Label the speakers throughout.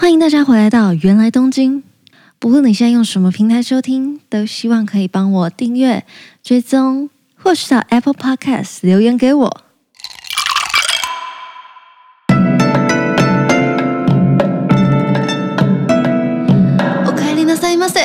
Speaker 1: 欢迎大家回来到原来东京。不论你现在用什么平台收听，都希望可以帮我订阅、追踪，或是到 Apple Podcast 留言给我。おかえりなさいませ。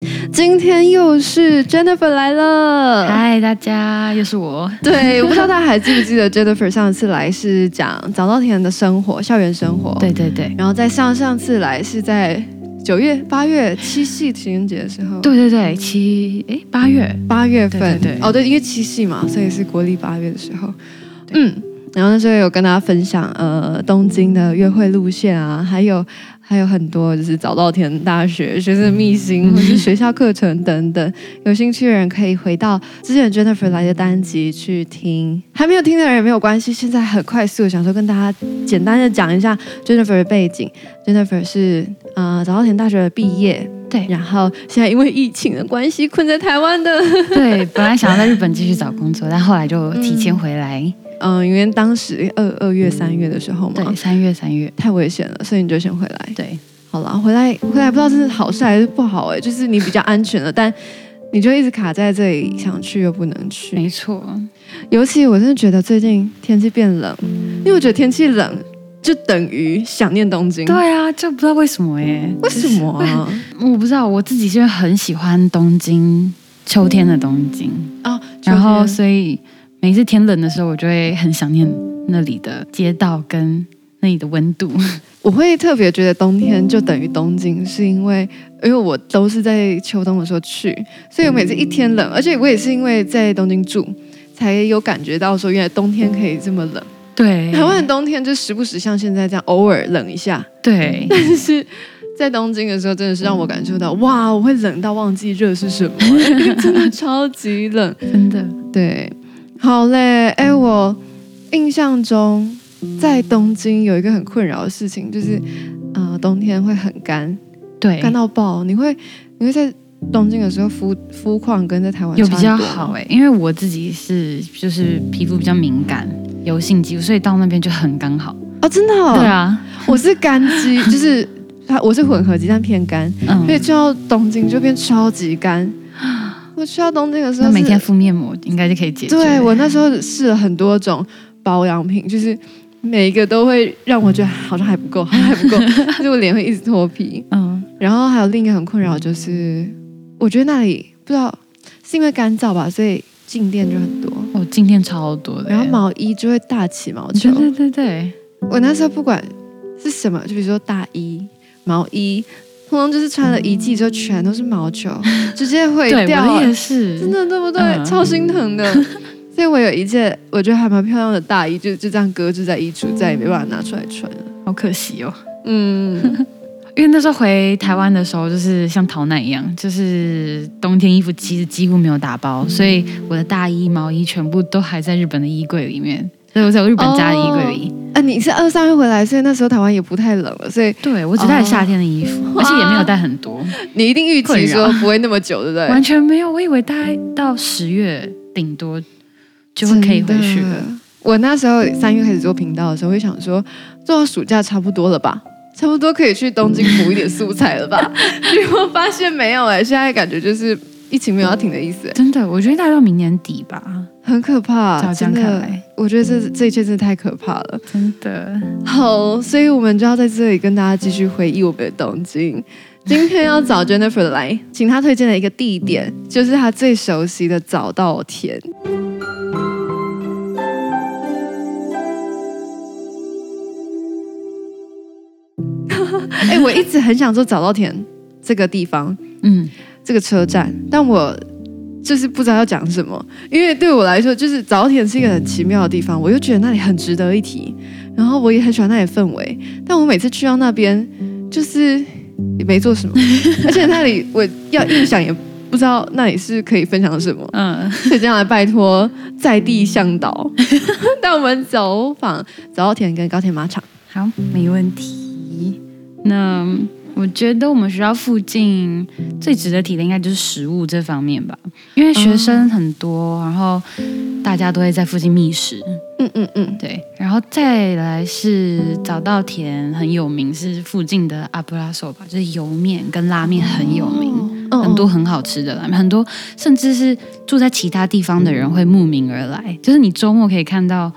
Speaker 1: 今天又是 Jennifer 来 了。
Speaker 2: 嗨，大家，又是我。
Speaker 1: 对，我不知道大家还记不记得 Jennifer 上次来是讲早稻田的生活，校园生活。
Speaker 2: 对对对，
Speaker 1: 然后在上上次来是在九月、八月七夕情人节的时候，
Speaker 2: 对对对，七哎八月，
Speaker 1: 八月份，
Speaker 2: 对对对
Speaker 1: 哦对，因为七夕嘛，所以是国历八月的时候，嗯，然后那时候有跟大家分享呃东京的约会路线啊，还有还有很多就是早稻田大学学生秘辛或是学校课程等等，有兴趣的人可以回到之前 Jennifer 来的单集去听，还没有听的人也没有关系，现在很快速地想说跟大家简单的讲一下 Jennifer 的背景，Jennifer 是呃早稻田大学的毕业，
Speaker 2: 对
Speaker 1: 然后现在因为疫情的关系困在台湾的。
Speaker 2: 对，本来想要在日本继续找工作，但后来就提前回来。
Speaker 1: 嗯，因为当时二二月、三月的时候嘛
Speaker 2: 对，，三月三月，
Speaker 1: 太危险了，所以你就先回来。
Speaker 2: 对
Speaker 1: 好了，回来回来，不知道这是好事还是不好哎、就是你比较安全了，但你就一直卡在这里，想去又不能去。
Speaker 2: 没错，
Speaker 1: 尤其我真的觉得最近天气变冷，因为我觉得天气冷就等于想念东京。，
Speaker 2: 对啊，就不知道为什么耶，
Speaker 1: 为什么 啊？
Speaker 2: 我不知道，我自己就很喜欢东京，秋天的东京，
Speaker 1: 啊，
Speaker 2: 然后
Speaker 1: 秋天
Speaker 2: 所以每次天冷的时候，我就会很想念那里的街道跟那里的温 度。
Speaker 1: 我会特别觉得冬天就等于东京，是因为因为我都是在秋冬的时候去，所以我每次一天冷，而且我也是因为在东京住，才有感觉到说原来冬天可以这么冷。
Speaker 2: 对，
Speaker 1: 台湾的冬天就时不时像现在这样偶尔冷一下，
Speaker 2: 对，
Speaker 1: 但是在东京的时候真的是让我感受到哇，我会冷到忘记热是什么，哎真的超级冷。
Speaker 2: 真的，
Speaker 1: 对，好嘞，哎、我印象中在东京有一个很困扰的事情，就是呃，冬天会很干，
Speaker 2: 对，
Speaker 1: 干到爆。你会你会在东京的时候肤肤况跟在台湾
Speaker 2: 有
Speaker 1: 差
Speaker 2: 比
Speaker 1: 很
Speaker 2: 较
Speaker 1: 多吗
Speaker 2: 好哎、因为我自己是就是皮肤比较敏感，油性肌肤，所以到那边就很刚好。
Speaker 1: 哦，真的、哦，
Speaker 2: 对，啊，
Speaker 1: 我是干 肌，就是它我是混合肌，但偏干，
Speaker 2: 嗯
Speaker 1: 所，以去到东京就变超级干。我去到东京的时候
Speaker 2: 那
Speaker 1: 是，
Speaker 2: 每天敷面膜应该就可以解决。
Speaker 1: 对我那时候试了很多种保养品，就是每一个都会让我觉得好像还不够，好 像还 不够，就是我脸会一直脱皮。
Speaker 2: 嗯，
Speaker 1: 然后还有另一个很困扰就是，我觉得那里不知道是因为干燥吧，所以静电就很多，
Speaker 2: 我静电哦超多的、
Speaker 1: 然后？毛衣就会大起毛球
Speaker 2: 对。对对对，
Speaker 1: 我那时候不管是什么，就比如说大衣、毛衣，通通就是穿了一季之后全都是毛 球，直接毁
Speaker 2: 对
Speaker 1: 掉、
Speaker 2: 我
Speaker 1: 欸
Speaker 2: 也是，
Speaker 1: 真的对不对？
Speaker 2: 嗯
Speaker 1: 超心 疼的。所以我有一件我觉得还蛮漂亮的大衣，就就这样搁置在衣橱，再也没办法拿出来穿了。
Speaker 2: 好可惜哦。
Speaker 1: 嗯，
Speaker 2: 因为那时候回台湾的时候，就是像逃难一样，就是冬天衣服其实几乎没有打包，所以我的大衣、毛衣全部都还在日本的衣柜里面，所以我在我日本家的衣柜里。
Speaker 1: 啊，你是二三月回来，所以那时候台湾也不太冷了，所以
Speaker 2: 对我只
Speaker 1: 哦
Speaker 2: 带了夏天的衣服，而且也没有带很多。
Speaker 1: 你一定预期
Speaker 2: 困扰
Speaker 1: 说不会那么久，对不对
Speaker 2: 完？全没有，我以为大概到十月顶多就会可以回去
Speaker 1: 真的
Speaker 2: 了。。
Speaker 1: 我那时候三月开始做频道的时候，会想说，做到暑假差不多了吧，差不多可以去东京补一点素材 了吧？结果发现没有哎、现在感觉就是疫情没有要停的意思、哎
Speaker 2: 真的，我觉得大概到明年底吧，
Speaker 1: 很可怕，
Speaker 2: 照这
Speaker 1: 真
Speaker 2: 样看
Speaker 1: 的
Speaker 2: 来，
Speaker 1: 我觉得这这一切真的太可怕了。
Speaker 2: 真的。
Speaker 1: 好，所以我们就要在这里跟大家继续回忆我们的东京。今天要找 Jennifer 来，请她推荐的一个地点，就是她最熟悉的早稻田。哎、我一直很想做早稻田这个地方，
Speaker 2: 嗯，
Speaker 1: 这个车站，但我就是不知道要讲什么，因为对我来说，就是早稻田是一个很奇妙的地方，我又觉得那里很值得一提，然后我也很喜欢那里的氛围，但我每次去到那边，就是也没做什么，而且那里我要印象也不知道那里是可以分享什么，
Speaker 2: 嗯，
Speaker 1: 所以这样来拜托在地向导带我们走访早稻田跟高田马场。
Speaker 2: 好，没问题。那我觉得我们学校附近最值得提的应该就是食物这方面吧，因为学生很多，然后大家都会在附近觅食，
Speaker 1: 嗯嗯嗯，
Speaker 2: 对，然后再来是早稻田很有名，是附近的阿布拉手吧，就是油面跟拉面很有名。
Speaker 1: 嗯
Speaker 2: 很多很好吃的啦，很多甚至是住在其他地方的人会慕名而来，就是你周末可以看到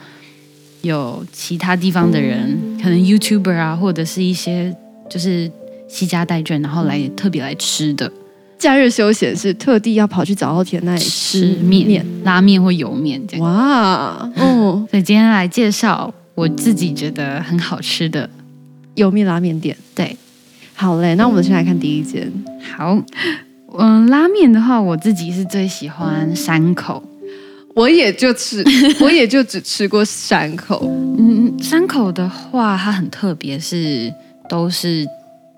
Speaker 2: 有其他地方的人，可能 YouTuber 啊，或者是一些就是西家带眷，然后来特别来吃的，
Speaker 1: 假日休闲是特地要跑去早稻田那里吃
Speaker 2: 面、拉面或油面这样。
Speaker 1: 哇，嗯，
Speaker 2: 所以今天来介绍我自己觉得很好吃的，
Speaker 1: 油面拉面店。
Speaker 2: 对，
Speaker 1: 好嘞，那我们先来看第一间。
Speaker 2: 好。嗯，拉面的话，我自己是最喜欢山口。
Speaker 1: 我也就 吃，我也就只吃过山口。
Speaker 2: 嗯，山口的话，它很特别，是都是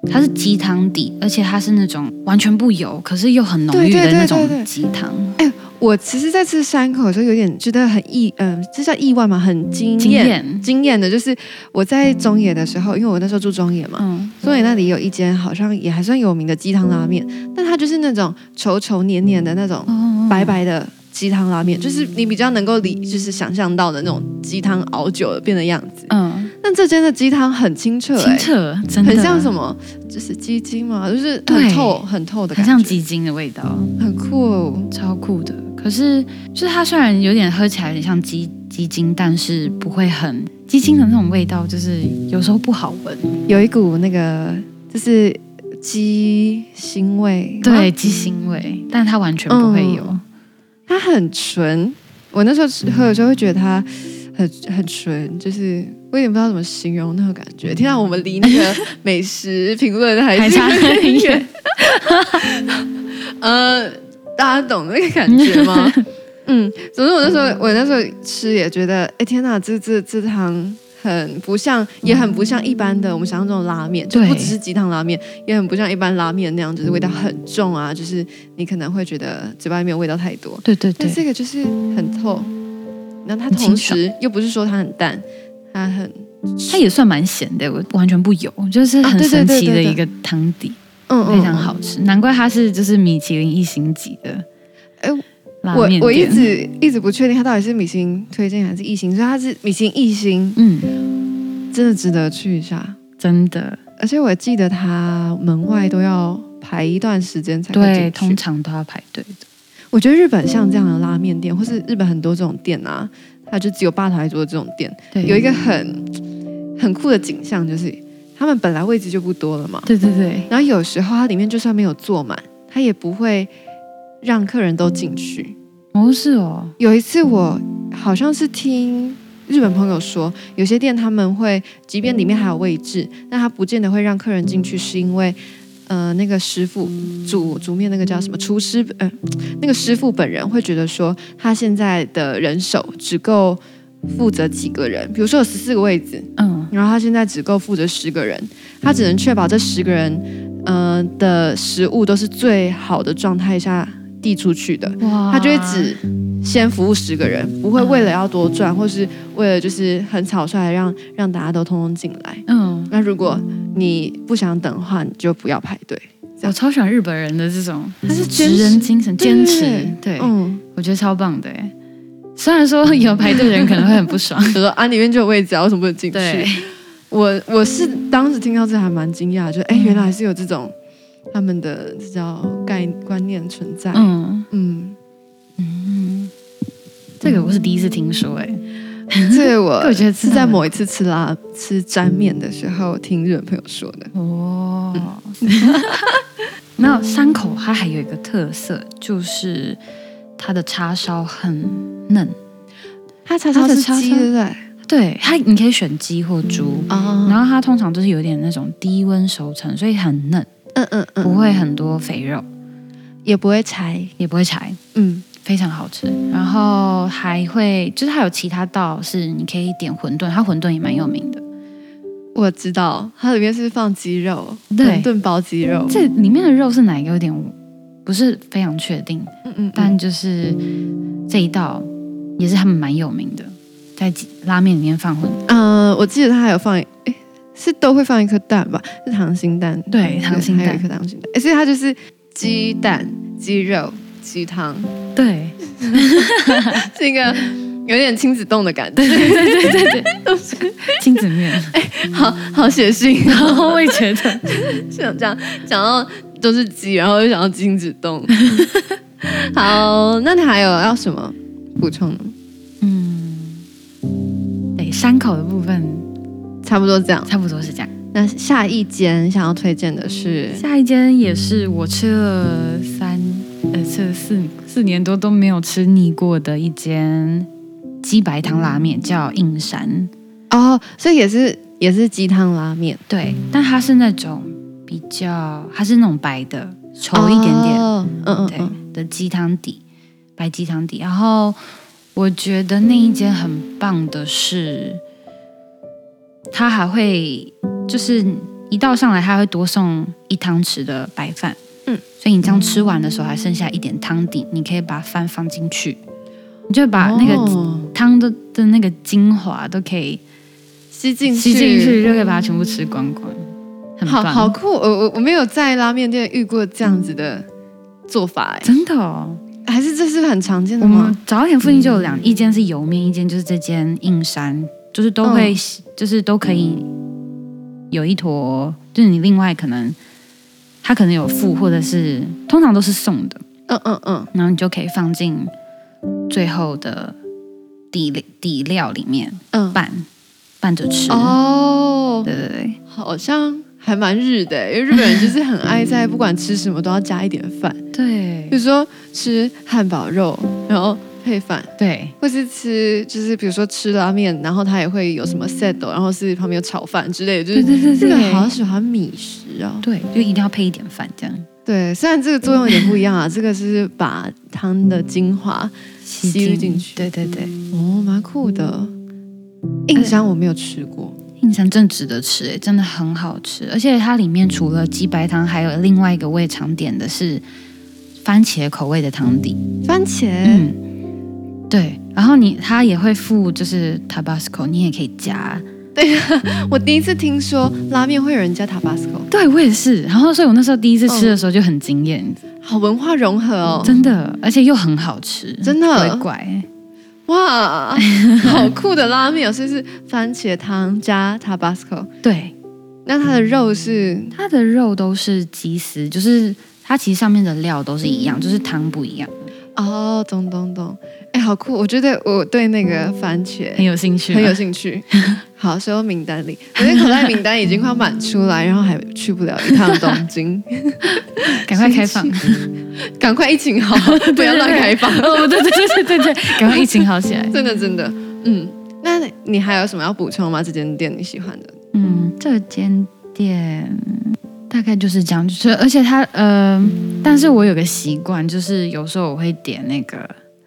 Speaker 2: 它是鸡汤底，而且它是那种完全不油，可是又很浓郁
Speaker 1: 对对
Speaker 2: 的
Speaker 1: 对
Speaker 2: 那
Speaker 1: 对对
Speaker 2: 种鸡汤。
Speaker 1: 我其实，在吃山口的时候，有点觉得很意，嗯、这叫意外嘛，很惊
Speaker 2: 惊
Speaker 1: 艳。
Speaker 2: 艳，
Speaker 1: 惊艳的就是我在中野的时候，因为我那时候住中野嘛，
Speaker 2: 嗯，
Speaker 1: 中野那里有一间好像也还算有名的鸡汤拉面，但它就是那种稠稠黏黏的那种
Speaker 2: 哦
Speaker 1: 白白的鸡汤拉面，就是你比较能够理，就是想象到的那种鸡汤熬久了变的样子。
Speaker 2: 嗯，
Speaker 1: 但这间的鸡汤很清澈、欸，
Speaker 2: 清澈，真的
Speaker 1: 很像什？么，就是鸡精嘛，就是很
Speaker 2: 对
Speaker 1: 透很透的
Speaker 2: 很
Speaker 1: 感
Speaker 2: 像
Speaker 1: 觉，
Speaker 2: 鸡精的味道，
Speaker 1: 很酷、哦。
Speaker 2: 超酷的。可是，就是它虽然有点喝起来有点像鸡鸡精，但是不会很鸡精的那种味道，就是有时候不好闻。
Speaker 1: 有一股那个就是鸡腥味，
Speaker 2: 对，，鸡腥味，但它完全不会有。
Speaker 1: 它很纯。我那时候吃喝的时候会觉得它很很纯，就是我有点不知道怎么形容那种感 觉。天啊，我们离那个美食评论还
Speaker 2: 还
Speaker 1: 是
Speaker 2: 差很远。
Speaker 1: 呃，大家懂那个感觉 吗？嗯，总之我那时候我那时候吃也觉得，哎天呐，这这这汤很不像，也很不像一般的我们想象中的拉面，就
Speaker 2: 嗯对
Speaker 1: 不只是鸡汤拉面，也很不像一般拉面那样，就是味道很重
Speaker 2: 嗯
Speaker 1: 啊，就是你可能会觉得嘴巴里面有味道太多，
Speaker 2: 对对对
Speaker 1: 但，这个就是很透，然后它
Speaker 2: 很
Speaker 1: 同
Speaker 2: 清
Speaker 1: 时又不是说它很淡，它很
Speaker 2: 它也算蛮咸的，我完全不油，就是
Speaker 1: 啊
Speaker 2: 很
Speaker 1: 对对
Speaker 2: 神
Speaker 1: 对
Speaker 2: 奇
Speaker 1: 对
Speaker 2: 的
Speaker 1: 对
Speaker 2: 一个汤底，
Speaker 1: 嗯
Speaker 2: 非常。好吃。难怪它是就是米其林一星级的
Speaker 1: 哎
Speaker 2: 拉
Speaker 1: 我
Speaker 2: 面店。
Speaker 1: 我一直一直不确定它到底是米其林推荐还是一星，所以它是米其林一星，
Speaker 2: 嗯，
Speaker 1: 真的值得去一下。
Speaker 2: 真的
Speaker 1: 而且我记得它门外都要排一段时间才可
Speaker 2: 对，
Speaker 1: 以进
Speaker 2: 通
Speaker 1: 去。
Speaker 2: 常都要排队的。
Speaker 1: 我觉得日本像这样的拉面店，或是日本很多这种店啊，它就只有吧台桌这种店，
Speaker 2: 对，
Speaker 1: 有一个很很酷的景象，就是他们本来位置就不多了嘛，
Speaker 2: 对对对，
Speaker 1: 然后有时候它里面就算没有坐满，它也不会让客人都进去。
Speaker 2: 哦是哦，
Speaker 1: 有一次我好像是听日本朋友说，有些店他们会，即便里面还有位置，但他不见得会让客人进去，是因为。呃，那个师傅煮煮面那个叫什么厨师？呃，那个师傅本人会觉得说，他现在的人手只够负责几个人，比如说有十四个位置，
Speaker 2: 嗯
Speaker 1: 然后他现在只够负责十个人，他只能确保这十个人，呃的食物都是最好的状态下递出去的。
Speaker 2: 哇，
Speaker 1: 他就会只先服务十个人，不会为了要多赚，或是为了就是很草率地让让大家都通通进来。
Speaker 2: 嗯，
Speaker 1: 那如果你不想等的话，你就不要排队。
Speaker 2: 我超喜欢日本人的这种
Speaker 1: 他是
Speaker 2: 职人精神，
Speaker 1: 对对
Speaker 2: 坚
Speaker 1: 对
Speaker 2: 持，对
Speaker 1: 嗯，
Speaker 2: 我觉得超棒的耶。虽然说有排队的人可能会很不 爽，
Speaker 1: 就说啊，里面就有位置啊，为什么不能进
Speaker 2: 对
Speaker 1: 去？，我我是当时听到这还蛮惊讶，就哎，原来是有这种他们的这叫概观念存在。嗯
Speaker 2: 嗯， 这个我是第一次听说，哎，
Speaker 1: 这个我
Speaker 2: 我觉得
Speaker 1: 是在某一次吃拉吃沾面的时候听日本朋友说的。
Speaker 2: 哦， 那山口它还有一个特色，就是它的叉烧很嫩，
Speaker 1: 他叉
Speaker 2: 它
Speaker 1: 烧
Speaker 2: 是
Speaker 1: 是
Speaker 2: 叉烧
Speaker 1: 鸡，对不对？
Speaker 2: 对它你可以选鸡或猪，
Speaker 1: 啊
Speaker 2: 然后它通常就是有点那种低温熟成，所以很嫩，
Speaker 1: 嗯嗯嗯，
Speaker 2: 不会很多肥肉，
Speaker 1: 也不会柴，
Speaker 2: 也不会柴。
Speaker 1: 嗯，
Speaker 2: 非常好吃，然后还会就是还有其他道是你可以点馄饨，它馄饨也蛮有名的。
Speaker 1: 我知道，它里面是放鸡肉，
Speaker 2: 对
Speaker 1: 馄饨包鸡肉，
Speaker 2: 这里面的肉是哪一个有点不是非常确定，
Speaker 1: 嗯嗯，
Speaker 2: 但就是这一道也是他们蛮有名的，在鸡拉面里面放馄饨，
Speaker 1: 嗯、呃，我记得它还有放，诶，是都会放一颗蛋吧？是溏心蛋，
Speaker 2: 对，溏心
Speaker 1: 还有一
Speaker 2: 蛋，
Speaker 1: 颗溏心蛋，诶，所以它就是鸡蛋、鸡肉、鸡汤，
Speaker 2: 对，
Speaker 1: 是一个有点亲子冻的感觉，
Speaker 2: 对对对对，亲子 面，
Speaker 1: 好 好写信。
Speaker 2: 哎我也觉得，
Speaker 1: 想这样讲到都是鸡，然后又想到金子洞。好，那你还有要什么补充呢？
Speaker 2: 嗯，对，山口的部分
Speaker 1: 差不多这样。
Speaker 2: 差不多是这样。
Speaker 1: 那下一间想要推荐的是，
Speaker 2: 下一间也是我吃了三呃吃了四四年多都没有吃腻过的一间鸡白汤拉面，叫映山。
Speaker 1: 哦，所以也是也是鸡汤拉面，
Speaker 2: 对，但它是那种比较，它是那种白的，稠一点点，
Speaker 1: 哦嗯嗯嗯，
Speaker 2: 对的鸡汤底，白鸡汤底。然后我觉得那一间很棒的是，它还会就是一道上来，它会多送一汤匙的白饭。
Speaker 1: 嗯，
Speaker 2: 所以你这样吃完的时候还剩下一点汤底，你可以把饭放进去，你就把那个
Speaker 1: 哦
Speaker 2: 汤的的那个精华都可以
Speaker 1: 吸进去
Speaker 2: 吸进去，就可以把它全部吃光光，很
Speaker 1: 好
Speaker 2: 棒。
Speaker 1: 好酷！我我我没有在拉面店遇过这样子的做法，哎，
Speaker 2: 真的哦，
Speaker 1: 还是这是很常见的
Speaker 2: 我们
Speaker 1: 吗？
Speaker 2: 早点附近就有
Speaker 1: 嗯
Speaker 2: 两，一间是油面，一间就是这间硬山，就是都会，
Speaker 1: 哦
Speaker 2: 就是都可以有一坨，就是你另外可能它可能有附，或者是通常都是送的，
Speaker 1: 嗯嗯嗯，
Speaker 2: 然后你就可以放进最后的底底料里面
Speaker 1: 嗯
Speaker 2: 拌拌着吃。
Speaker 1: 哦，
Speaker 2: 对对对，
Speaker 1: 好像还蛮日的欸，因为日本人就是很爱在不管吃什么都要加一点饭，比
Speaker 2: 对
Speaker 1: 如说吃汉堡肉，然后配饭，
Speaker 2: 对
Speaker 1: 或是吃就是比如说吃拉面，然后它也会有什么 set，然后是旁边有炒饭之类的，就
Speaker 2: 嗯对
Speaker 1: 是
Speaker 2: 对对
Speaker 1: 日本人好
Speaker 2: 对，
Speaker 1: 喜欢米食哦。
Speaker 2: 对，就一定要配一点饭这样
Speaker 1: 对，虽然这个作用有点不一 样啊，这个是把汤的精华
Speaker 2: 吸
Speaker 1: 吸入进去
Speaker 2: 对对对，
Speaker 1: 哦，蛮酷的。
Speaker 2: 哎
Speaker 1: 印象我没有吃过，
Speaker 2: 印象真值得吃、欸，真的很好吃。而且它里面除了鸡白汤，还有另外一个我也常点的是番茄口味的汤底。
Speaker 1: 番茄，
Speaker 2: 嗯，对。然后你它也会附就是 Tabasco，你也可以加。
Speaker 1: 我第一次听说拉面会有人加 Tabasco，
Speaker 2: 对我也是。然后所以我那时候第一次吃的时候就很惊艳，
Speaker 1: 好文化融合哦，
Speaker 2: 真的，而且又很好吃，
Speaker 1: 真的
Speaker 2: 不会怪。
Speaker 1: 哇，好酷的拉面哦，所以是番茄汤加 Tabasco，
Speaker 2: 对，
Speaker 1: 那它的肉是
Speaker 2: 它的肉都是鸡丝，就是它其实上面的料都是一样，就是汤不一样。
Speaker 1: 哦，懂懂懂，哎，好酷！我觉得我对那个番茄
Speaker 2: 很有兴趣、啊
Speaker 1: 很有兴趣。啊 好，所以我名单里，我的口袋名单已经快满出来，然后还去不了一趟东京，
Speaker 2: 赶快开 放。
Speaker 1: 赶快疫情好，不要乱开放，
Speaker 2: 哦，对对对对 对对，赶快疫情好起来。
Speaker 1: 真的真的，嗯。那你还有什么要补充吗？这间店你喜欢的？
Speaker 2: 嗯，这间店大概就是这样，就是而且它呃，但是我有个习惯，就是有时候我会点那个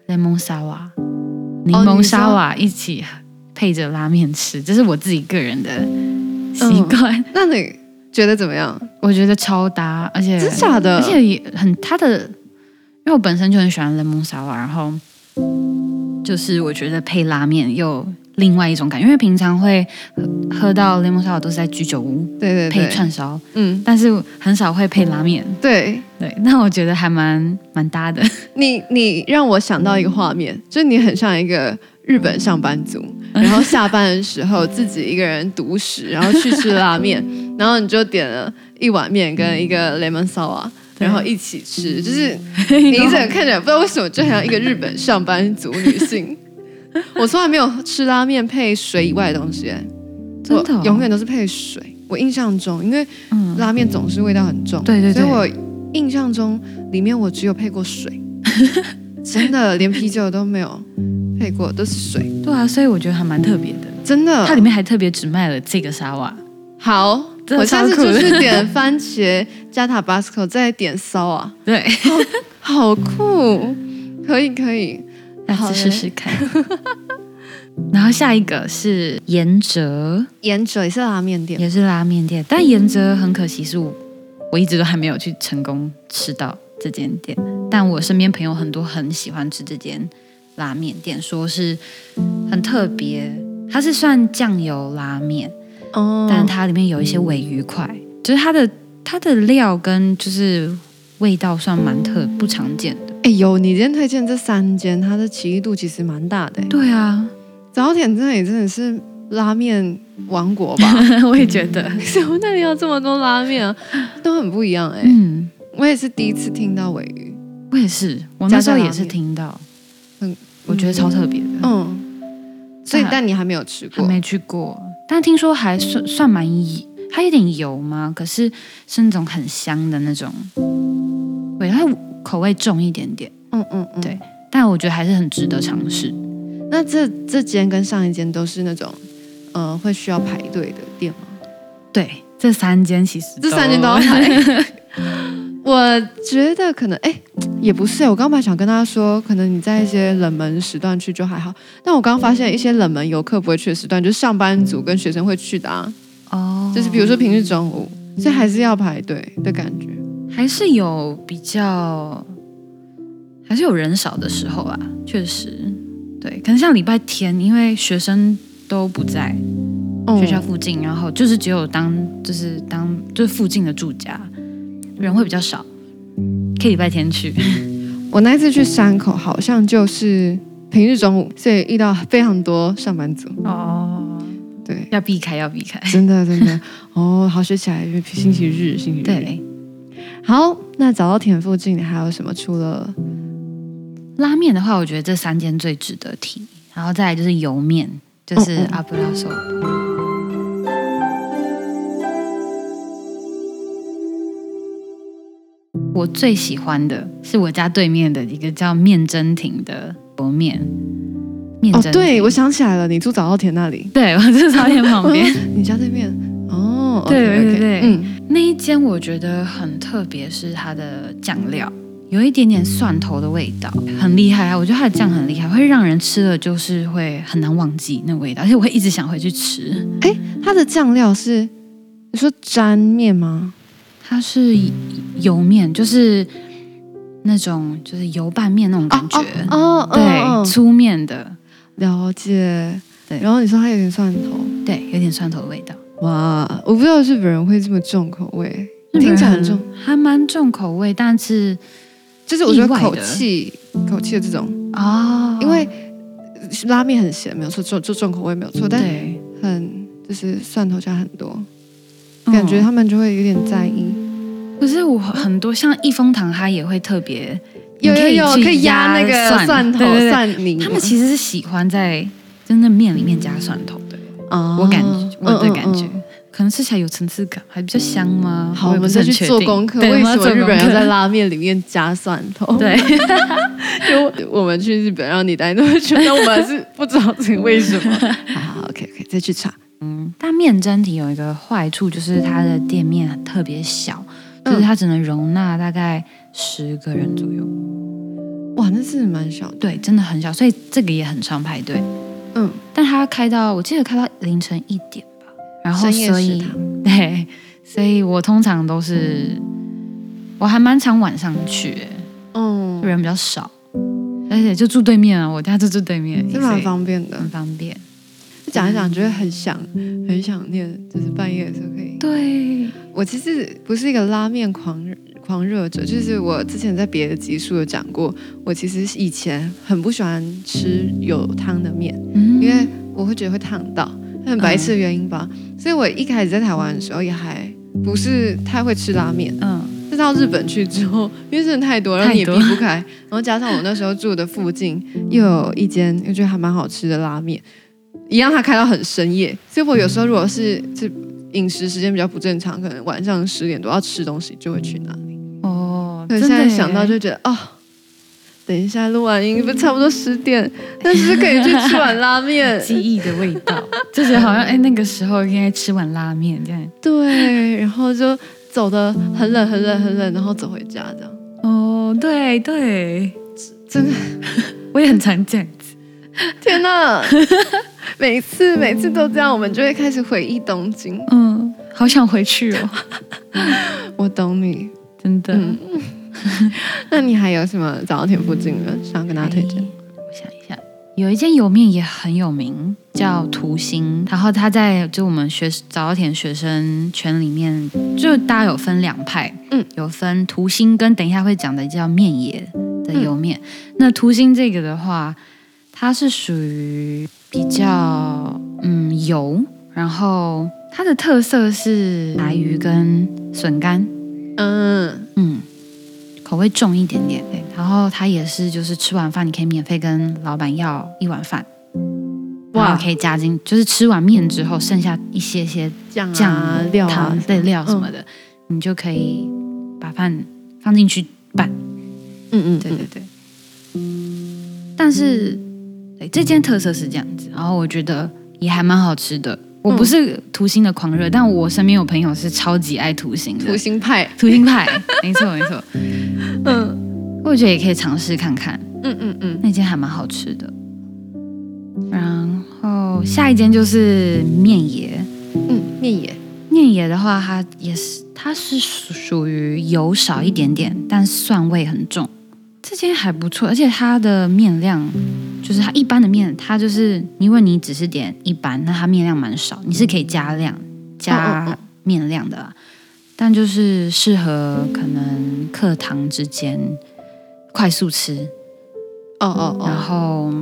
Speaker 2: lemon s a w a 柠檬沙瓦一起配着拉面吃，这是我自己个人的习惯，
Speaker 1: 那你觉得怎么样？
Speaker 2: 我觉得超搭，而且
Speaker 1: 真假的？
Speaker 2: 而且也很它的，因为我本身就很喜欢 lemon s a w a 然后就是我觉得配拉面又另外一种感觉，因为平常会喝喝到 lemon s a w a 都是在居酒屋
Speaker 1: 对对
Speaker 2: 配
Speaker 1: 对，
Speaker 2: 串烧，
Speaker 1: 嗯，
Speaker 2: 但是很少会配拉面。
Speaker 1: 对
Speaker 2: 对，那我觉得还蛮蛮搭的。
Speaker 1: 你你让我想到
Speaker 2: 嗯
Speaker 1: 一个画面，就是你很像一个日本上班族，
Speaker 2: 嗯
Speaker 1: 然后下班的时候自己一个人独食，然后去吃拉 面，然后你就点了一碗面跟一个 lemon s a w a
Speaker 2: 对嗯
Speaker 1: 然后一起吃，就是 你 一整个看起来不知道为什么就很像一个日本上班族女 性。我从来没有吃拉面配水以外的东西、哎
Speaker 2: 真的哦
Speaker 1: 我永远都是配水。我印象中，因为
Speaker 2: 嗯，
Speaker 1: 拉面总是味道很重，
Speaker 2: 对对对
Speaker 1: 所以我印象中里面我只有配过 水，真的连啤酒都没有配过，都是水，
Speaker 2: 对啊，所以我觉得还蛮特别的。
Speaker 1: 真的。
Speaker 2: 它里面还特别只卖了这个沙瓦，
Speaker 1: 好，
Speaker 2: 真的
Speaker 1: 我下次
Speaker 2: 超酷
Speaker 1: 就
Speaker 2: 的
Speaker 1: 去点番茄加 Tabasco，再点烧啊，
Speaker 2: 对，
Speaker 1: 好酷，可以可以，
Speaker 2: 下
Speaker 1: 好
Speaker 2: 次
Speaker 1: 嘞
Speaker 2: 试试看。 然后下一个是盐哲，
Speaker 1: 盐水是拉面店，
Speaker 2: 也是拉面店，但盐泽很可惜是我我一直都还没有去成功吃到这间店，但我身边朋友很多很喜欢吃这间拉面店，说是很特别，它是算酱油拉面，
Speaker 1: 哦
Speaker 2: 但它里面有一些尾鱼块，就是它的它的料跟就是味道算蛮特不常见的，
Speaker 1: 哎、有你今天推荐这三间，它的奇异度其实蛮大的、欸。
Speaker 2: 对啊，
Speaker 1: 早稻田这里真的是拉面王国 吧？
Speaker 2: 我也觉得，
Speaker 1: 什么那里有这么多拉面啊？都很不一样哎、
Speaker 2: 嗯，
Speaker 1: 我也是第一次听到尾鱼，
Speaker 2: 我也是，我那时候
Speaker 1: 加在哪里
Speaker 2: 也是听到，
Speaker 1: 嗯
Speaker 2: 我觉得超特别的，
Speaker 1: 嗯，所以
Speaker 2: 那
Speaker 1: 但你还没有吃过
Speaker 2: 还，没去过，但听说还算算蛮油，它有点油嘛，可是是那种很香的那种，对，它口味重一点点，
Speaker 1: 嗯嗯嗯，
Speaker 2: 对但我觉得还是很值得尝试。
Speaker 1: 那这这间跟上一间都是那种，呃，会需要排队的店吗？
Speaker 2: 对，这三间其实
Speaker 1: 这三间都要 排。我觉得可能，哎、也不是、我刚本来想跟他说，可能你在一些冷门时段去就还好，但我刚发现一些冷门游客不会去的时段，就是上班族跟学生会去的啊，
Speaker 2: 哦，
Speaker 1: 就是比如说平日中午，所以还是要排队的感觉。
Speaker 2: 还是有比较，还是有人少的时候啊，确实，对，可能像礼拜天，因为学生都不在学
Speaker 1: 嗯
Speaker 2: 校附近，然后就是只有当就是当就是附近的住家人会比较少，可以礼拜天 去，
Speaker 1: 我那一次去山口，好像就是平日中午，所以遇到非常多上班族，
Speaker 2: 哦，
Speaker 1: 对，
Speaker 2: 要避开，要避开，
Speaker 1: 真的真的，哦，好学起来，因为星期日，星期
Speaker 2: 嗯
Speaker 1: 日，
Speaker 2: 对，
Speaker 1: 好，那早稻田附近你还有什么？除了
Speaker 2: 拉面的话，我觉得这三间最值得提，然后再来就是油面，就是
Speaker 1: 嗯嗯
Speaker 2: 阿布拉索。我最喜欢的是我家对面的一个叫面蒸亭的薄面，面
Speaker 1: 哦
Speaker 2: 蒸，
Speaker 1: 对，我想起来了，你住早稻田那里，
Speaker 2: 对，我就是朝天旁边
Speaker 1: 你家对面，哦，
Speaker 2: 对
Speaker 1: OK，OK，
Speaker 2: 对对对
Speaker 1: 嗯，
Speaker 2: 那一间，我觉得很特别，是它的酱料有一点点蒜头的味道，很厉害啊！我觉得它的酱很厉害，会让人吃了就是会很难忘记那味道，而且我会一直想回去吃。
Speaker 1: 它的酱料是你说沾面吗？
Speaker 2: 它是油面，就是那种就是油拌面那种感觉，
Speaker 1: 哦，哦
Speaker 2: 对，
Speaker 1: 哦哦
Speaker 2: 粗面的，
Speaker 1: 了解。
Speaker 2: 对
Speaker 1: 然后你说它有点蒜头，
Speaker 2: 对，有点蒜头的味道。
Speaker 1: 哇，我不知道日本人会这么重口味，听起来很重，，
Speaker 2: 还蛮重口味，但是
Speaker 1: 就是我觉得
Speaker 2: 意外的
Speaker 1: 口气口气的这种，
Speaker 2: 哦，
Speaker 1: 因为拉面很咸，没有错，重就重口味没有错，但
Speaker 2: 嗯对，
Speaker 1: 很就是蒜头加很多，感觉他们就会有点在意。
Speaker 2: 嗯可是我很多像益丰堂，它也会特别
Speaker 1: 有有
Speaker 2: 你
Speaker 1: 有，
Speaker 2: 去
Speaker 1: 可以压那个蒜头
Speaker 2: 对对对
Speaker 1: 蒜泥。
Speaker 2: 他们其实是喜欢在真的面里面加蒜头的，
Speaker 1: 哦
Speaker 2: 我感我的感觉
Speaker 1: 嗯嗯
Speaker 2: 可能吃起来有层次感，还比较香吗
Speaker 1: 嗯？好，
Speaker 2: 我
Speaker 1: 我
Speaker 2: 也不
Speaker 1: 们
Speaker 2: 是
Speaker 1: 再
Speaker 2: 很
Speaker 1: 去
Speaker 2: 确定
Speaker 1: 做功课。
Speaker 2: 对，
Speaker 1: 为
Speaker 2: 我们
Speaker 1: 什
Speaker 2: 要
Speaker 1: 么
Speaker 2: 做
Speaker 1: 日本人要在
Speaker 2: 功课？
Speaker 1: 拉面里面加蒜头？，
Speaker 2: 对，
Speaker 1: 就我们去日本让你待那么久，但我们是不知道这个 为什么。好好，OK OK，再去查。
Speaker 2: 嗯，但面蒸体有一个坏处，就是它的店面特别小，
Speaker 1: 嗯
Speaker 2: 就是它只能容纳大概十个人左右。
Speaker 1: 哇，那是蛮小的。
Speaker 2: 对，真的很小，所以这个也很常排队。
Speaker 1: 嗯，
Speaker 2: 但它开到我记得开到凌晨一点吧，然后
Speaker 1: 深夜
Speaker 2: 所
Speaker 1: 食
Speaker 2: 以
Speaker 1: 堂。
Speaker 2: 对，所以我通常都是，我还蛮常晚上去、欸，
Speaker 1: 嗯，
Speaker 2: 人比较少，而且就住对面啊，我家就住对面，
Speaker 1: 是
Speaker 2: 所
Speaker 1: 蛮
Speaker 2: 以
Speaker 1: 方便的
Speaker 2: 很。方便。
Speaker 1: 讲一讲就会很想，很想念，就是半夜的时候可以
Speaker 2: 对，
Speaker 1: 我其实不是一个拉面狂热狂热者，就是我之前在别的集数有讲过，我其实以前很不喜欢吃有汤的面，
Speaker 2: 嗯
Speaker 1: 因为我会觉得会烫到，很白痴的原因吧。所以我一开始在台湾的时候也还不是太会吃拉面，
Speaker 2: 嗯，
Speaker 1: 但到日本去之后，因为真的太多，然后你也避
Speaker 2: 太多
Speaker 1: 不开，然后加上我那时候住的附近又有一间我觉得还蛮好吃的拉面，一样它开到很深夜，所以我有时候如果是是饮食时间比较不正常，可能晚上十点多要吃东西就会去那里。
Speaker 2: 哦，
Speaker 1: 可
Speaker 2: 真
Speaker 1: 是
Speaker 2: 的
Speaker 1: 现在
Speaker 2: 耶。
Speaker 1: 想到就觉得哦。等一下录完音不差不多十点，但是可以去吃碗拉面
Speaker 2: 记忆的味道， 就觉得好像哎、那个时候应该吃碗拉面这样。
Speaker 1: 对，然后就走的很冷很冷很冷，然后走回家这样。
Speaker 2: 哦，对对，
Speaker 1: 真的，
Speaker 2: 我也很常这样子。
Speaker 1: 天哪！每次每次都这样，我们就会开始回忆东京。
Speaker 2: 嗯，好想回去哦，
Speaker 1: 我懂你。
Speaker 2: 真的。
Speaker 1: 嗯， 那你还有什么早稻田附近的想跟大家推荐？
Speaker 2: 哎我想一下，有一间油面也很有名，叫图
Speaker 1: 嗯
Speaker 2: 心。然后它在就我们学早稻田学生圈里面，就大家有分两派，
Speaker 1: 嗯，
Speaker 2: 有分图心跟等一下会讲的叫面野的油面。
Speaker 1: 嗯
Speaker 2: 那图心这个的话，它是属于比较嗯油，然后它的特色是白鱼跟笋干，
Speaker 1: 嗯，
Speaker 2: 嗯，口味重一点点。对，然后它也是就是吃完饭你可以免费跟老板要一碗饭，哇，
Speaker 1: 哇，
Speaker 2: 可以加进就是吃完面之后剩下一些些
Speaker 1: 酱
Speaker 2: 酱
Speaker 1: 啊料啊
Speaker 2: 糖、，对料什么的，你就可以把饭放进去拌。
Speaker 1: 嗯嗯，
Speaker 2: 对对对。但是，对这间特色是这样子，然后我觉得也还蛮好吃的。我不是图心的狂热，但我身边有朋友是超级爱嗯图心的，
Speaker 1: 土星派，
Speaker 2: 图心派，没错没错。
Speaker 1: 嗯
Speaker 2: 我觉得也可以尝试看看，
Speaker 1: 嗯嗯嗯，
Speaker 2: 那间还蛮好吃的。然后下一间就是面爷，
Speaker 1: 嗯，面野，
Speaker 2: 面爷的话，它也是它是属属于油少一点点，但蒜味很重。这间还不错，而且它的面量就是它一般的面，它就是因为你只是点一般，那它面量蛮少，你是可以加量
Speaker 1: 嗯嗯
Speaker 2: 加面量的啦。但就是适合可能课堂之间快速吃，
Speaker 1: 哦哦
Speaker 2: 然
Speaker 1: 哦，
Speaker 2: 后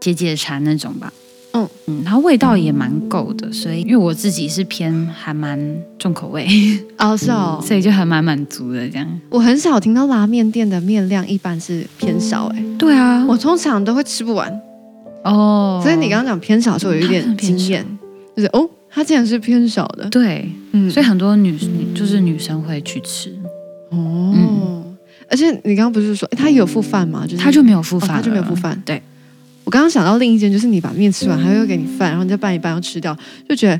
Speaker 2: 解解馋那种吧。
Speaker 1: 嗯
Speaker 2: 嗯，它味道也蛮够的，所以因为我自己是偏还蛮重口味，
Speaker 1: 哦是哦，
Speaker 2: 所以就还蛮满足的这样。
Speaker 1: 我很少听到拉面店的面量一般是偏少，哎，
Speaker 2: 对啊，
Speaker 1: 我通常都会吃不完，
Speaker 2: 哦，
Speaker 1: 所以你刚刚讲偏少的时候，我有一点惊艳，就是哦，它竟然是偏少的，
Speaker 2: 对，
Speaker 1: 嗯
Speaker 2: 所以很多女女就是女生会去吃，
Speaker 1: 哦，而且你刚刚不是说诶他有付饭吗？就是
Speaker 2: 她就没有付
Speaker 1: 哦
Speaker 2: 饭、
Speaker 1: 他就没有付。饭。
Speaker 2: 对，
Speaker 1: 我刚刚想到另一件，就是你把面吃完，他又给你饭，然后你再拌一拌要吃掉，就觉得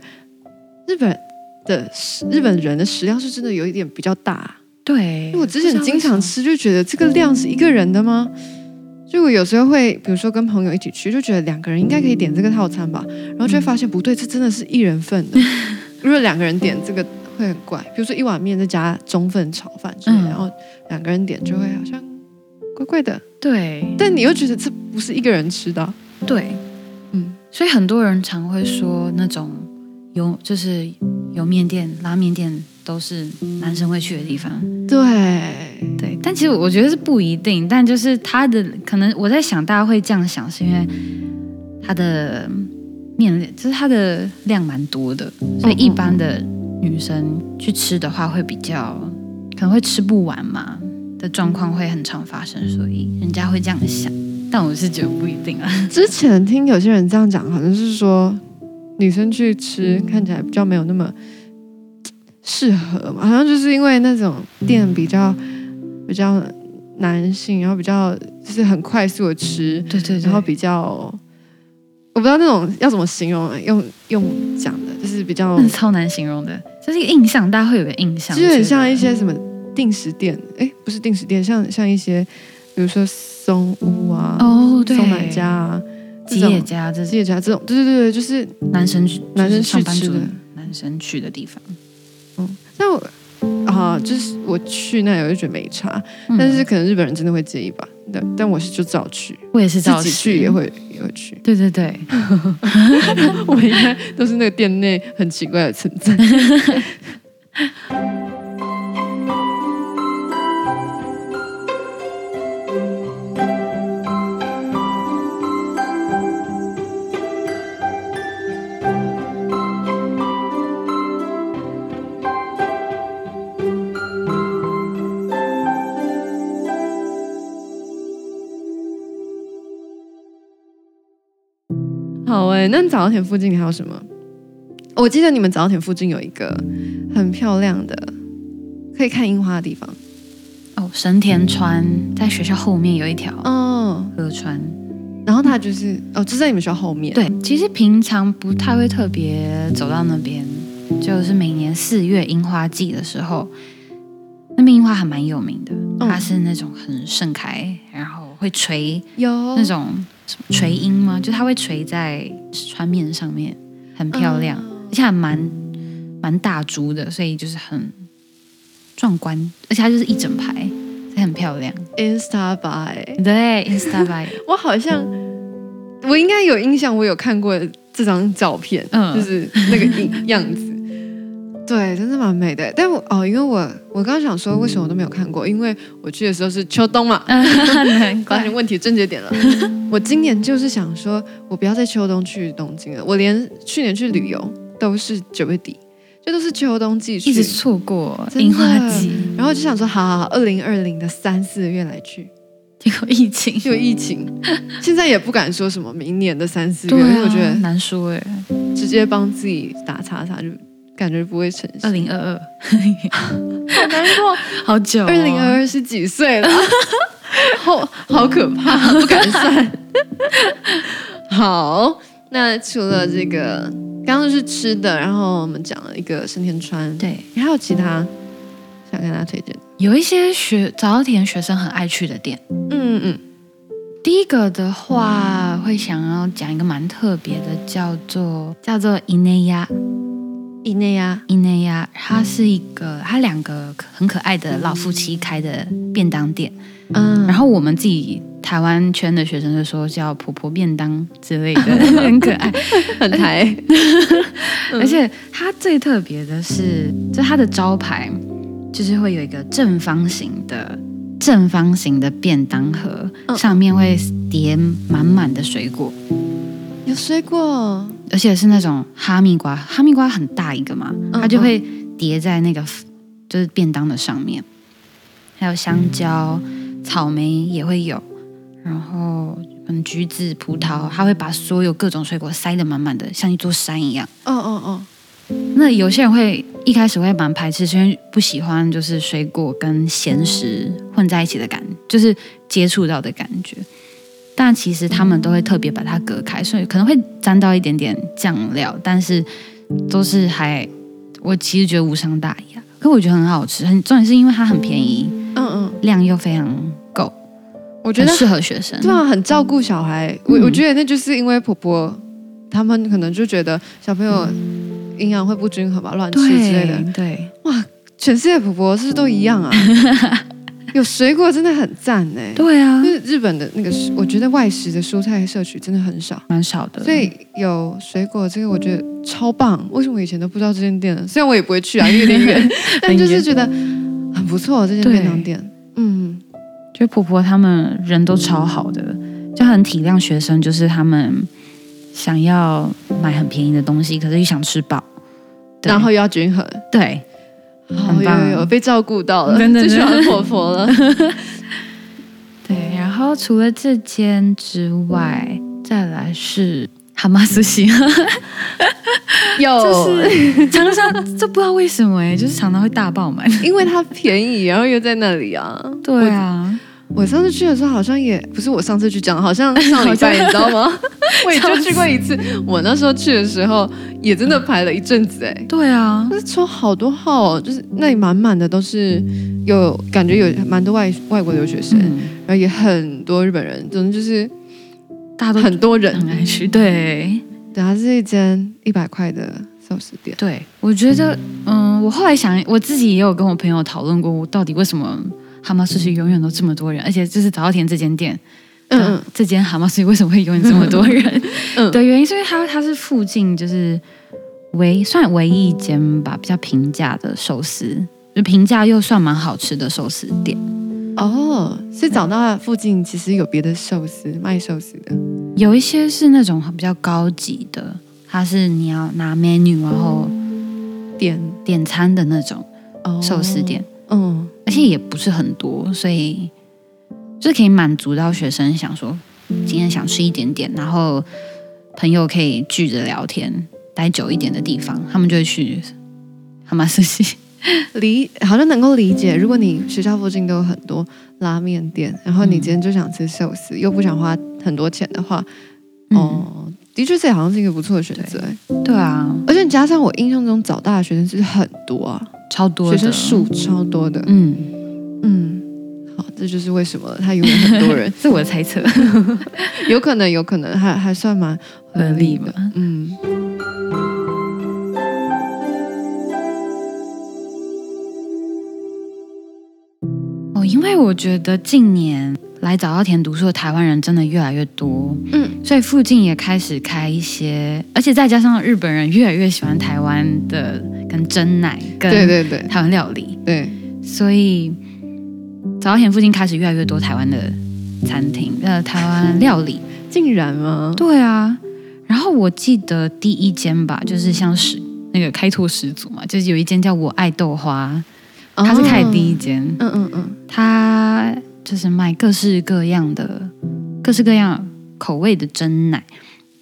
Speaker 1: 日本的食日本人的食量是真的有一点比较大。
Speaker 2: 对，
Speaker 1: 因为我之前
Speaker 2: 不知道
Speaker 1: 经常
Speaker 2: 为什么
Speaker 1: 吃，就觉得这个量是一个人的吗？就我有时候会，比如说跟朋友一起去，就觉得两个人应该可以点这个套餐吧，然后就会发现不对，这真的是一人份 的。如果两个人点这个会很怪，比如说一碗面再加中份炒饭之类的，
Speaker 2: 嗯
Speaker 1: 然后两个人点就会好像怪怪的，
Speaker 2: 对
Speaker 1: 但你又觉得这不是一个人吃的啊、
Speaker 2: 对，
Speaker 1: 嗯，
Speaker 2: 所以很多人常会说那种油就是油面店、拉面店都是男生会去的地方。
Speaker 1: 对，
Speaker 2: 对，但其实我觉得是不一定，但就是它的可能我在想，大家会这样想，是因为它的面就是它的量蛮多的，所以一般的女生去吃的话会比较可能会吃不完嘛的状况会很常发生，所以人家会这样想，但我是觉得不一定啊。
Speaker 1: 之前听有些人这样讲，好像是说女生去吃
Speaker 2: 嗯
Speaker 1: 看起来比较没有那么适合嘛，好像就是因为那种店比较比较男性，然后比较就是很快速的吃，
Speaker 2: 对对
Speaker 1: 然后比较我不知道那种要怎么形容，用用讲的，就是比较
Speaker 2: 那嗯超难形容的，就是一个印象，大家会有个印象，
Speaker 1: 其嗯实很像
Speaker 2: 觉得
Speaker 1: 一些什么定时店，哎，不是定时店，像像一些比如说松屋啊、
Speaker 2: 哦，对，
Speaker 1: 松满家啊、这
Speaker 2: 吉
Speaker 1: 种
Speaker 2: 野家这
Speaker 1: 吉
Speaker 2: 是
Speaker 1: 野家这种，对对对，对就是
Speaker 2: 男生去，
Speaker 1: 男生
Speaker 2: 就是上
Speaker 1: 去
Speaker 2: 班
Speaker 1: 吃
Speaker 2: 族
Speaker 1: 的。
Speaker 2: 男生去的地方。
Speaker 1: 那我啊，就是我去那里我就觉得没差，
Speaker 2: 嗯
Speaker 1: 但是可能日本人真的会介意吧。但但我是就照去，
Speaker 2: 我也是
Speaker 1: 自
Speaker 2: 照。
Speaker 1: 己去也。会也会去
Speaker 2: 对对对，
Speaker 1: 我应该都是那个店内很奇怪的存在。 好哎、那你早稻田附近你还有什么？我记得你们早稻田附近有一个很漂亮的可以看樱花的地方。
Speaker 2: 哦，神田川在学校后面有一条
Speaker 1: 哦，
Speaker 2: 河川。
Speaker 1: 然后它就是哦，就在你们学校后面。，
Speaker 2: 对，其实平常不太会特别走到那边，就是每年四月樱花季的时候，那边樱花还蛮有名的，
Speaker 1: 嗯
Speaker 2: 它是那种很盛开，然后会垂
Speaker 1: 有
Speaker 2: 那种什么垂樱
Speaker 1: 嗯
Speaker 2: 吗？就它会垂在川面上面，很漂亮，
Speaker 1: 嗯
Speaker 2: 而且还蛮蛮大株的，所以就是很壮观，而且它就是一整排，所以很漂亮。
Speaker 1: Insta by。
Speaker 2: 对，Insta by，
Speaker 1: 我好像我应该 有印象，我有看过这张照片，
Speaker 2: 嗯
Speaker 1: 就是那个影样子。对，真的蛮美的。但我哦，因为我我刚刚想说，为什么我都没有看过？因为我去的时候是秋冬嘛，
Speaker 2: 啊难
Speaker 1: 发 现
Speaker 2: 怪。
Speaker 1: 问题症结点 了。我今年就是想说，我不要在秋冬去东京了。我连去年去旅游都是九月底，这都是秋冬季去，
Speaker 2: 一直错过
Speaker 1: 真的
Speaker 2: 樱花季，
Speaker 1: 然后就想说，好好好，二零二零的三四月来去，
Speaker 2: 结果疫情，
Speaker 1: 就疫情，现在也不敢说什么明年的三四月，
Speaker 2: 对
Speaker 1: 因
Speaker 2: 啊
Speaker 1: 为我觉得
Speaker 2: 难说哎。
Speaker 1: 直接帮自己打叉叉，就感觉不会成
Speaker 2: 二
Speaker 1: 事。
Speaker 2: 零二 二，
Speaker 1: 嗯好难过，
Speaker 2: 好久、哦，
Speaker 1: 二零二二是几岁 了？好好可怕，不敢算。嗯 好，那除了这个，刚刚是吃的，然后我们讲了一个生田川，
Speaker 2: 对，
Speaker 1: 你还有其他想跟大家推荐？
Speaker 2: 有一些学早稻田学生很爱去的店。
Speaker 1: 嗯嗯
Speaker 2: 第一个的话，会想要讲一个蛮特别的，叫做叫做伊内亚
Speaker 1: 嗯，伊内亚，
Speaker 2: 伊内亚，它是一个它两个很可爱的老夫妻开的便当店，
Speaker 1: 嗯，
Speaker 2: 然后我们自己台湾圈的学生就说叫婆婆便当之 类的，很可爱。
Speaker 1: 很台，嗯
Speaker 2: 而且它最特别的是，就它的招牌就是会有一个正方形的正方形的便当盒，
Speaker 1: 嗯
Speaker 2: 上面会叠满满的水果，
Speaker 1: 有哦水果，
Speaker 2: 而且是那种哈密瓜，哈密瓜很大一个嘛，
Speaker 1: 嗯
Speaker 2: 它就会叠在那个就是便当的上面，还有香蕉、草莓也会有，然后嗯橘子、葡萄，它会把所有各种水果塞得满满的，像一座山一样。
Speaker 1: 哦哦哦，
Speaker 2: 那有些人会一开始会蛮排斥，是因为不喜欢就是水果跟咸食混在一起的感，就是接触到的感觉。但其实他们都会特别把它隔开，所以可能会沾到一点点酱料，但是都是还我其实觉得无伤大雅。可我觉得很好吃，很重点是因为它很便宜，
Speaker 1: 嗯嗯，
Speaker 2: 量又非常够，
Speaker 1: 我
Speaker 2: 我
Speaker 1: 觉得
Speaker 2: 适合学生。
Speaker 1: 对啊，很照顾小孩。我、
Speaker 2: 嗯
Speaker 1: 我觉得那就是因为婆婆他们可能就觉得小朋友营养会不均衡吧，乱吃之类的。
Speaker 2: 对对，
Speaker 1: 全世界婆婆是不是都一 样啊？有水果真的很赞呢、
Speaker 2: 对啊
Speaker 1: 就，是日本的那个蔬，我觉得外食的蔬菜摄取真的很少，
Speaker 2: 蛮少的。
Speaker 1: 所以有水果这个我觉得超棒。为什么我以前都不知道这间店呢？虽然我也不会去啊，因为有 点远，但就是觉得很不错这间
Speaker 2: 对
Speaker 1: 便当店。嗯，
Speaker 2: 就婆婆他们人都超好的，就很体谅学生，就是他们想要买很便宜的东西，可是又想吃饱，对
Speaker 1: 然后又要均衡，
Speaker 2: 对，
Speaker 1: 好
Speaker 2: 很棒
Speaker 1: 有有有被照顾到了，
Speaker 2: 真的
Speaker 1: 最喜欢
Speaker 2: 真的
Speaker 1: 婆婆 了。
Speaker 2: 对，然后除了这间之外，再来是蛤蟆苏西，
Speaker 1: 有，
Speaker 2: 就是 常常就不知道为什么哎、就是常常会大爆满。
Speaker 1: 因为它便宜，然后又在那里啊。
Speaker 2: 对啊，
Speaker 1: 我上次去的时候好像也不是我上次去讲，好像上礼拜你知道 吗？我也就去过一次。我那时候去的时候也真的排了一阵子哎、
Speaker 2: 对啊，
Speaker 1: 但是抽好多号、哦，就是那里满满的都是有感觉有蛮多外外国留学生，
Speaker 2: 嗯，
Speaker 1: 然后也很多日本人，总之就是
Speaker 2: 大家都
Speaker 1: 很多人。
Speaker 2: 很爱吃，对。
Speaker 1: 对，它是一间一百块的寿司店。
Speaker 2: 对，我觉得，嗯，我后来想，我自己也有跟我朋友讨论过，我到底为什么蛤蟆寿司永远都这么多人，而且就是早稻田这间店，
Speaker 1: 嗯
Speaker 2: 嗯
Speaker 1: 嗯，
Speaker 2: 这间蛤蟆寿司为什么会永远这么多人？
Speaker 1: 嗯
Speaker 2: 的原因是因为它它是附近就是唯算唯一一间吧，比较平价的寿司，就平价又算蛮好吃的寿司店。
Speaker 1: 哦，是找到附近其实有别的寿司卖寿司的。
Speaker 2: 有一些是那种比较高级的，它是你要拿 menu 然后
Speaker 1: 点
Speaker 2: 点餐的那种
Speaker 1: 哦
Speaker 2: 寿司店。，
Speaker 1: 嗯，
Speaker 2: 而且也不是很多，所以就是可以满足到学生想说今天想吃一点点，然后朋友可以聚着聊天，待久一点的地方，他们就会去蛤蟆寿 司。
Speaker 1: 理好像能够理解。如果你学校附近都有很多拉面店，然后你
Speaker 2: 嗯
Speaker 1: 今天就想吃寿司，又不想花很多钱的话，
Speaker 2: 哦、
Speaker 1: 哦，的确这好像是一个不错的选择。欸
Speaker 2: 对啊，
Speaker 1: 而且加上我印象中早大的学生是很多啊，
Speaker 2: 超多
Speaker 1: 学
Speaker 2: 的
Speaker 1: 生数超多的。
Speaker 2: 嗯，
Speaker 1: 嗯，好，这就是为什么他永远很多
Speaker 2: ，
Speaker 1: 人
Speaker 2: 是我的猜测，
Speaker 1: 有可能，有可能还还算蛮
Speaker 2: 合理吧？
Speaker 1: 嗯。
Speaker 2: 哦，因为我觉得近年来早稻田读书的台湾人真的越来越多，
Speaker 1: 嗯，
Speaker 2: 所以附近也开始开一些，而且再加上日本人越来越喜欢台湾的可跟蒸奶跟
Speaker 1: 对对对
Speaker 2: 台湾料理，
Speaker 1: 对，
Speaker 2: 所以早稻田附近开始越来越多台湾的餐厅，呃，台湾料理。
Speaker 1: 竟然吗？
Speaker 2: 对啊，然后我记得第一间吧，就是像是那个开拓始祖嘛，就是有一间叫我爱豆花，它是开的第一
Speaker 1: 哦，
Speaker 2: 间，
Speaker 1: 嗯嗯嗯，
Speaker 2: 它就是卖各式各样的、各式各样口味的蒸奶。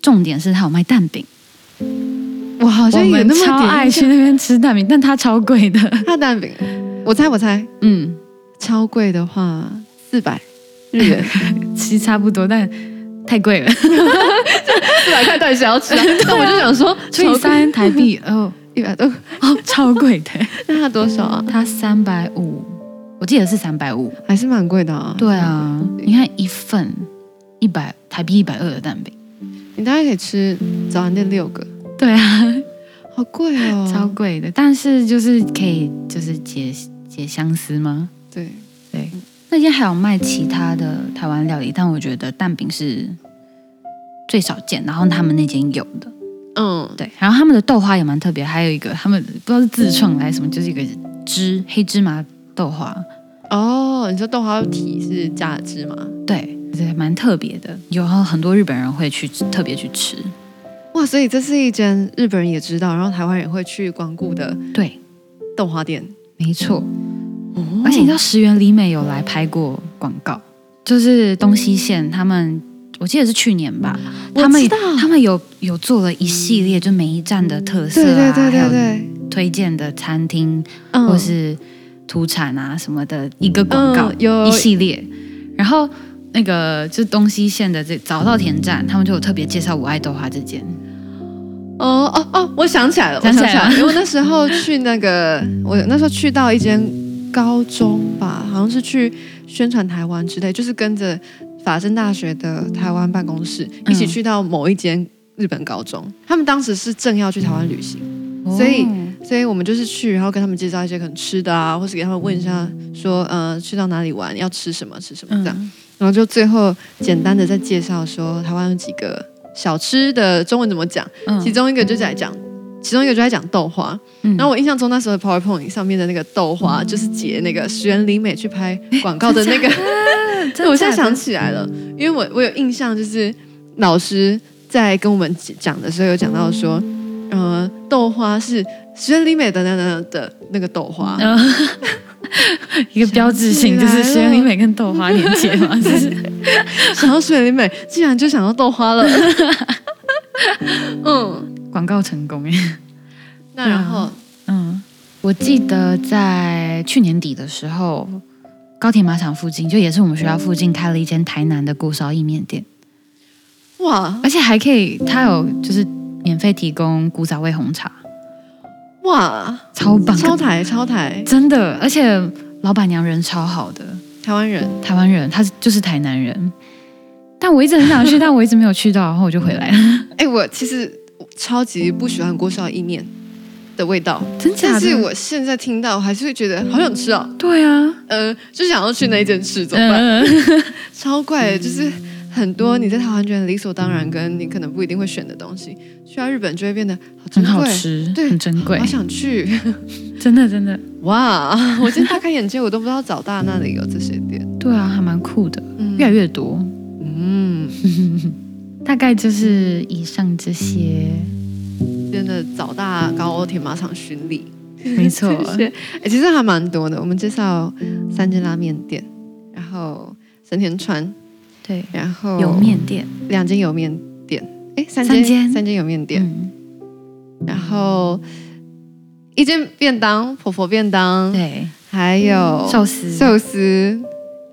Speaker 2: 重点是它有卖蛋饼，
Speaker 1: 我好像有那
Speaker 2: 我们超
Speaker 1: 么
Speaker 2: 爱
Speaker 1: 点
Speaker 2: 去那边吃蛋饼，但它超贵的。
Speaker 1: 它蛋饼，我猜我猜，
Speaker 2: 嗯，
Speaker 1: 超贵的话四百日 元，
Speaker 2: 其实差不多，但太贵了，
Speaker 1: 四百块到底谁要吃啊？那我就想说，
Speaker 2: 除以三台币哦
Speaker 1: 一百多，
Speaker 2: 哦， 超贵的，
Speaker 1: 那它多少啊？
Speaker 2: 它三百五，我记得是三百五。
Speaker 1: 还是蛮贵的啊。
Speaker 2: 对，啊，你看一份一百台币一百二的蛋饼，
Speaker 1: 你大概可以吃早餐店六个，
Speaker 2: 对啊，
Speaker 1: 好贵哦，
Speaker 2: 超贵的。但是就是可以就是解解相思吗？
Speaker 1: 对，
Speaker 2: 对，那天还有卖其他的台湾料理，但我觉得蛋饼是最少见，然后他们那间有的。
Speaker 1: 嗯，
Speaker 2: 对，然后他们的豆花也蛮特别，还有一个他们不知道是自创的还是什么，就是一个芝黑芝麻豆花，
Speaker 1: 哦，你说豆花体是加汁吗？
Speaker 2: 对，对，蛮特别的。有很多日本人会去特别去吃，
Speaker 1: 哇，所以这是一间日本人也知道，然后台湾人会去光顾的
Speaker 2: 对，
Speaker 1: 豆花店。
Speaker 2: 没错。
Speaker 1: 哦
Speaker 2: 而且你知道石原里美有来拍过广告，就是东西线他们，我记得是去年吧，
Speaker 1: 我
Speaker 2: 他们
Speaker 1: 知道
Speaker 2: 他们有有做了一系列，就每一站的特色
Speaker 1: 对对
Speaker 2: 啊，
Speaker 1: 对对
Speaker 2: 还有
Speaker 1: 对，
Speaker 2: 推荐的餐厅、
Speaker 1: 嗯
Speaker 2: 或是土产啊什么的一个广告、
Speaker 1: 嗯有
Speaker 2: 一系列，然后。那个就是东西线的这早稻田站，他们就有特别介绍我爱豆花这间，
Speaker 1: 哦哦哦，我想起来了，我
Speaker 2: 想
Speaker 1: 想
Speaker 2: 起
Speaker 1: 起
Speaker 2: 来
Speaker 1: 来
Speaker 2: 了
Speaker 1: 了，因为那时候去那个，我那时候去到一间高中吧，好像是去宣传台湾之类，就是跟着法政大学的台湾办公室
Speaker 2: 嗯
Speaker 1: 一起去到某一间日本高中，他们当时是正要去台湾旅行。所以
Speaker 2: 哦
Speaker 1: 所以我们就是去，然后跟他们介绍一些可能吃的啊，或是给他们问一下说，呃，去到哪里玩，要吃什么，吃什么这样。
Speaker 2: 嗯，
Speaker 1: 然后就最后简单的再介绍说，台湾有几个小吃的中文怎么讲，
Speaker 2: 嗯
Speaker 1: 其中一个就在讲。其中一个就在讲豆花，
Speaker 2: 嗯
Speaker 1: 然后我印象中那时候的 PowerPoint 上面的那个豆花，就是截那个石原里美去拍广告的 那个。
Speaker 2: 嗯
Speaker 1: 对，我现在想起来了，因为我我有印象，就是老师在跟我们讲的时候有讲到说，呃，豆花是石原里美的那那的那个豆花，
Speaker 2: 嗯，一个标志性就是石原里美跟豆花连接嘛，就是
Speaker 1: 想到石原里美，竟然就想到豆花了。嗯，
Speaker 2: 广告成功哎。
Speaker 1: 那然后
Speaker 2: 嗯，我记得在去年底的时候，高铁马场附近就也是我们学校附近开了一间台南的锅烧意面店，
Speaker 1: 哇
Speaker 2: 而且还可以，它有就是免费提供古早味红茶，
Speaker 1: 哇，
Speaker 2: 超 棒，
Speaker 1: 超台超台
Speaker 2: 真的，而且老板娘人超好的，
Speaker 1: 台湾人，
Speaker 2: 台湾人，她是就是台南人。但我一直很想 去，但我一直没有去到，然后我就回来了。
Speaker 1: 哎、我其实超级不喜欢锅烧意面的味道，
Speaker 2: 真假的？
Speaker 1: 但是我现在听到我还是会觉得好想吃哦，
Speaker 2: 对啊，
Speaker 1: 呃，就想要去那一间吃，怎么办？
Speaker 2: 嗯，
Speaker 1: 超怪的，就是很多你在台湾觉得理所当然，跟你可能不一定会选的东西，去到日本就会变得好珍
Speaker 2: 很
Speaker 1: 贵，
Speaker 2: 好吃，
Speaker 1: 对
Speaker 2: 很珍贵
Speaker 1: 好，想去。
Speaker 2: 真的真的，
Speaker 1: 哇，我今天大开眼界，我都不知道早大那里有这些店，
Speaker 2: 对啊，还蛮酷的，
Speaker 1: 嗯
Speaker 2: 越来越多。
Speaker 1: 嗯，
Speaker 2: 大概就是以上这些，
Speaker 1: 真的早大高铁马场巡礼，
Speaker 2: 没错，
Speaker 1: 这些 哎，其实还蛮多的。我们介绍三间拉面店，然后神田川，
Speaker 2: 对，
Speaker 1: 然后
Speaker 2: 有哦面店，
Speaker 1: 两间有面店，哎，三
Speaker 2: 三间
Speaker 1: 三间有面店，
Speaker 2: 嗯，
Speaker 1: 然后一间便当，婆婆便当，
Speaker 2: 嗯对，
Speaker 1: 还有
Speaker 2: 哦寿司，
Speaker 1: 寿司，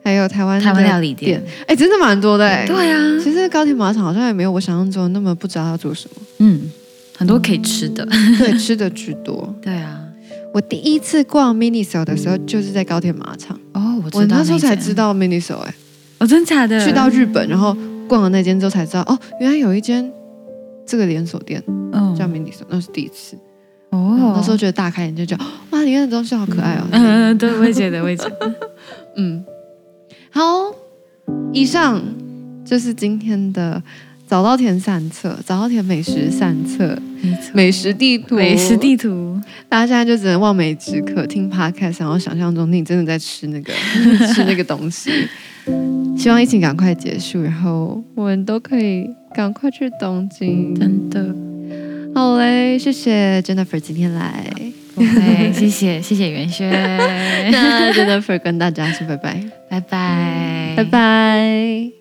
Speaker 1: 还有台湾的
Speaker 2: 台湾料理店，，
Speaker 1: 哎，真的蛮多的哎。
Speaker 2: 对啊，
Speaker 1: 其实高铁马场好像也没有我想象中那么不知道要做什 么，
Speaker 2: 嗯，很多可以吃的，
Speaker 1: 对，吃的居多。
Speaker 2: 对啊，
Speaker 1: 我第一次逛 Miniso 的时候，就是在高铁马场，
Speaker 2: 哦，我
Speaker 1: 我
Speaker 2: 知道，
Speaker 1: 那时候才知，道 Miniso 哎、
Speaker 2: 哦，真假的，
Speaker 1: 去到，日本，然后逛了那间之后才知道，哦，原来有一间这个连锁店叫
Speaker 2: 嗯，
Speaker 1: Miniso，那是第一次。然后
Speaker 2: 哦，
Speaker 1: 那时候觉得大开眼界，就觉得哇，里面的东西好可爱哦。
Speaker 2: 嗯，嗯，对，我也觉得，我也觉得，
Speaker 1: 嗯，好，以上就是今天的早稻田散策，早稻田美食散策，
Speaker 2: 没错
Speaker 1: 美食地图，
Speaker 2: 美食，地图，
Speaker 1: 大家现在就只能望梅止渴，听 podcast，然后想象中你真的在吃那个 吃那个东西。 希望疫情赶快结束，然后我们都可以赶快去东京。
Speaker 2: 真的。
Speaker 1: 好嘞，谢谢 Jennifer 今天来，
Speaker 2: 对，哎谢谢谢谢袁轩，
Speaker 1: 那 Jennifer 跟大家说拜拜，
Speaker 2: 拜拜，
Speaker 1: 拜。拜。